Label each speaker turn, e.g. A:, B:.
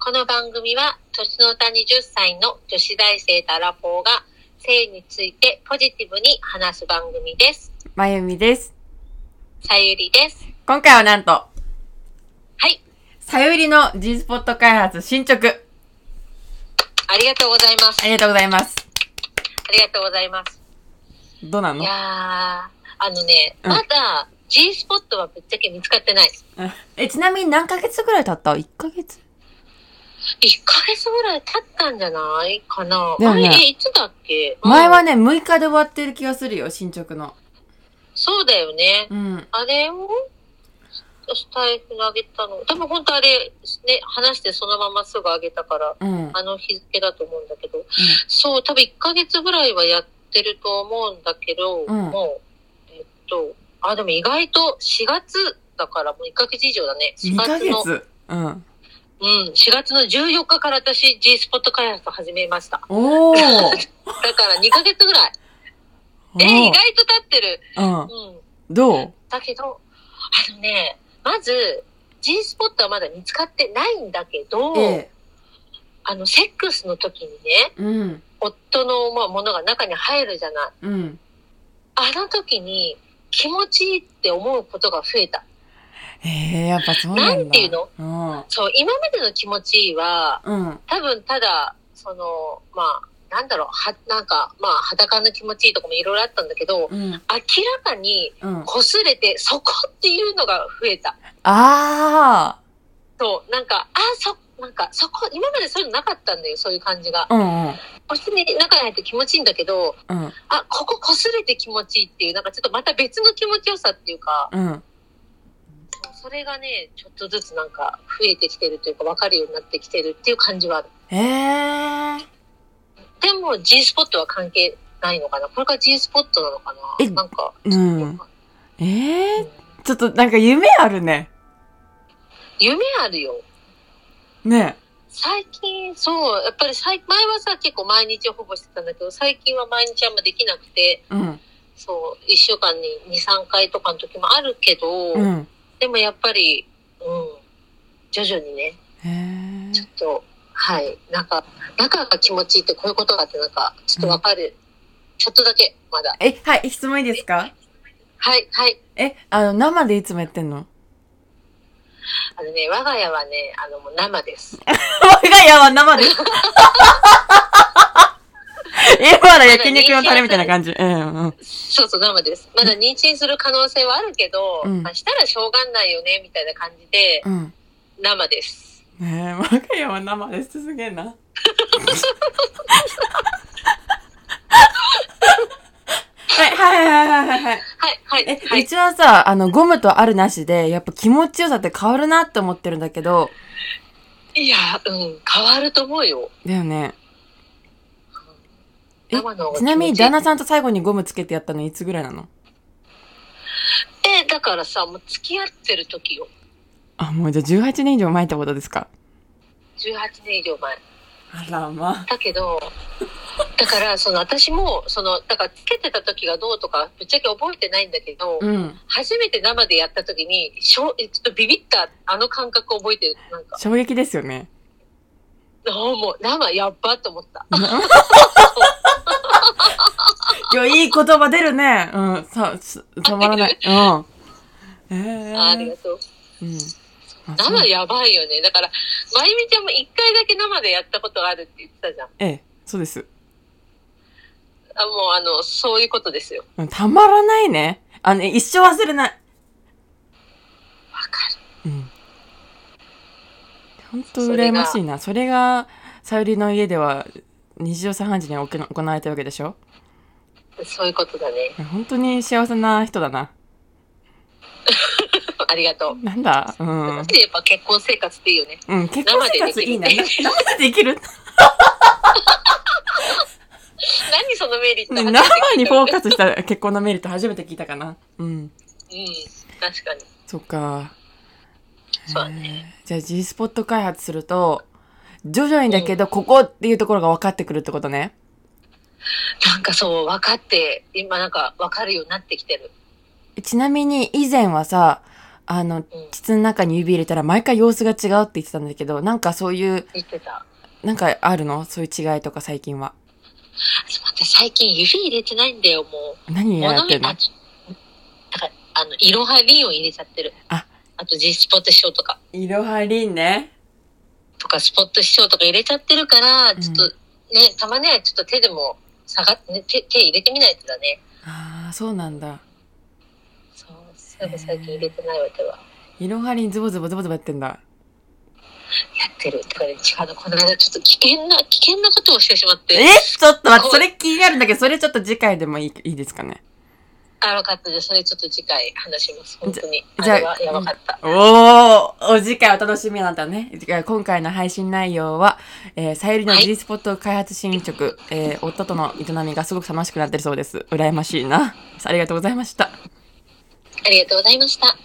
A: この番組は年の差20歳の女子大生とアラフォーが性についてポジティブに話す番組です。
B: まゆみです。
A: さゆりです。
B: 今回はなんと、
A: はい。
B: さゆりの G スポット開発進捗。
A: ありがとうございます。
B: ありがとうございます。
A: ありがとうございます。
B: どうないの
A: やー、あのね、
B: うん
A: まだ G スポットはぶっちゃけ見つかってない。
B: うん え、ちなみに何ヶ月くらい経った ?1 ヶ月
A: 1ヶ月ぐらい経ったんじゃないかな。
B: だよね
A: あれ、えいつだっけ
B: 前は
A: ね、
B: ね、6日で終わってる気がするよ、進捗の。
A: そうだよね。
B: うん。
A: あれをスタイフにあげたの。でも本当あれ、ね、話してそのまますぐあげたから、
B: うん。
A: あの日付だと思うんだけど、そう、多分1ヶ月ぐらいはやってると思うんだけど、
B: うん
A: もう、えっと、あ、でも意外と4月だからもう1ヶ月以上だね。
B: 2
A: 4
B: ヶ
A: 月の、
B: 月うん。
A: うん、4月の14日から私 G スポット開発始めました。
B: おー
A: だから2ヶ月ぐらい。
B: お
A: え、意
B: ー
A: 外と経ってる。
B: うん。
A: うん。
B: どう
A: だけど、あのね、まず、G スポットはまだ見つかってないんだけど、
B: ええ。
A: あの、セックスの時にね、
B: うん。
A: 夫の、まあ、ものが中に入るじゃない。
B: うん。
A: あの時に、気持ちいいって思うことが増えた。
B: ええ、やっぱそうなんだ。
A: なんていうの
B: の
A: そう、今までの気持ちいいは、
B: うん。うん。
A: 多分ただ、その、まあ、なんだろう、は、なんか、まあ、裸の気持ちいいとかもいろいろあったんだけど、
B: うん。
A: 明らかに、
B: うん。
A: 擦れて、そこっていうのが増えた。
B: あ
A: そう、なんか、あ、そ、なんか、そこ、今までそういうのなかったんだよ、そういう感じが。
B: ー。うんうん。
A: 腰に中に入って気持ちいいんだけど、
B: うん。
A: あ、ここ擦れて気持ちいいっていう、なんかちょっとまた別の気持ちよさっていうか、
B: うん。
A: それがね、ちょっとずつなんか増えてきてるというか、分かるようになってきてるっていう感じはある。
B: ええ。
A: でも G スポットは関係ないのかなこれが G スポットなのか
B: え
A: ななんか、
B: うん。ええ
A: うん
B: ちょっとなんか夢あるね。
A: 夢あるよ。
B: ね
A: 最近、そう、やっぱり最前はさ、結構毎日ほぼしてたんだけど、最近は毎日あんまできなくて、
B: え。うん。
A: そう、一週間に2、3回とかの時もあるけど、
B: うん。
A: でもやっぱり、うん、徐々にね、
B: へ
A: ちょっと、はい、なんか、中が気持ちいいってこういうことだってなんか、ちょっとわかる。ちょっとだけ、まだ。
B: え。え、はい、質問いいですか
A: はい、はい。
B: え、あの、生でいつもやってんの
A: あのね、我が家はね、あの、もう生です。
B: 我が家は 生です。え、まだ焼肉のタレみたいな感じ。うん、うん。
A: そうそう、生です。まだ妊娠する可能性はあるけど、
B: うん
A: まあ、したらしょうがないよね、みたいな感じで、
B: うん。
A: 生です。
B: ねえ、我が家は生ですってすげえ な。はい、はい、はい、はい、はい、はい。
A: はい、はい、
B: え、
A: は
B: う
A: い。
B: ちはさ、あの、ゴムとあるなしで、やっぱ気持ちよさって変わるなって思ってるんだけど、
A: いや、うん、変わると思うよ。
B: だよね。え
A: 生の方が気持ちいい
B: ちなみに、旦那さんと最後にゴムつけてやったのいつぐらいなの
A: え、だからさ、もう付き合ってる時よ。
B: あ、もうじゃあ18年以上前ってことですか
A: 18年以上前。
B: あら、ま
A: だけど、だから、その私も、その、だからつけてた時がどうとか、ぶっちゃけ覚えてないんだけど、
B: うん。
A: 初めて生でやった時に、しょえちょっとビビったあの感覚を覚えてる。なんか、
B: 衝撃ですよね。
A: どうも、生やっばと思った。
B: いや、いい言葉出るね。うん、さ、すたまらない。うん。えー、
A: ありがとう。
B: うん。あそう
A: 生やばいよね。だから、まゆみちゃんも一回だけ生でやったことがあるって言ってたじゃん。
B: ええ、そうです。
A: あもう、あの、そういうことですよ。
B: うんたまらないね。あの、一生忘れない。
A: わかる。
B: うん。本当羨ましいな。それが、さゆりの家では、日常茶飯事に行行われたわけでしょ
A: そういうことだね。
B: 本当に幸せな人だな。
A: ありがとう。
B: なんだう
A: マ
B: ん
A: ジ。でやっぱ結婚生活っていいよね。
B: うん、結婚生活いいな。生でできる
A: 何そのメリット
B: 生にフォーカスした結婚のメリット初めて聞いたかな。うん。
A: うん、確かに。
B: そっか。
A: そうだね。
B: えーじゃあ G スポット開発すると、徐々にだけど、ここっていうところが分かってくるってことね。
A: なんかそう、分かって、今なんか分かるようになってきてる。
B: ちなみに以前はさ、あの、筒の中に指入れたら毎回様子が違うって言ってたんだけど、なんかそういう、
A: 言ってた。
B: なんかあるのそういう違いとか最近は。
A: そう私最近指入れてないんだよ、もう。
B: 何やってんの
A: あ、だから、あの、いろはリンを入れちゃってる。
B: あ、
A: あと G スポット師匠とか、
B: いろはりんね。
A: とかスポット師匠とか入れちゃってるから、
B: ん
A: ちょっと、ね、たまにはちょっと手でも下がって、ね、手、手入れてみないとだね。
B: ああ、そうなんだ。
A: そう、そういえば最近入れてないわけは。
B: いろはりんズボズボズボズボやってんだ。
A: やってる。だから、違うの、この間ちょっと危険な、危険なことをしてしまって。
B: えちょっと待って、それ気になるんだけど、それちょっと次回でもいいいいですかね。
A: あ、わかった。じゃあ、それちょっと次回話します。本当に。
B: じゃ
A: あれは
B: じゃ
A: や
B: あ
A: ばかった。
B: おーお次回お楽しみなんだね。次回今回の配信内容は、えー、さゆりの G スポット開発進捗、えー夫との営みがすごく楽しくなってるそうです。羨ましいな。ありがとうございました。
A: ありがとうございました。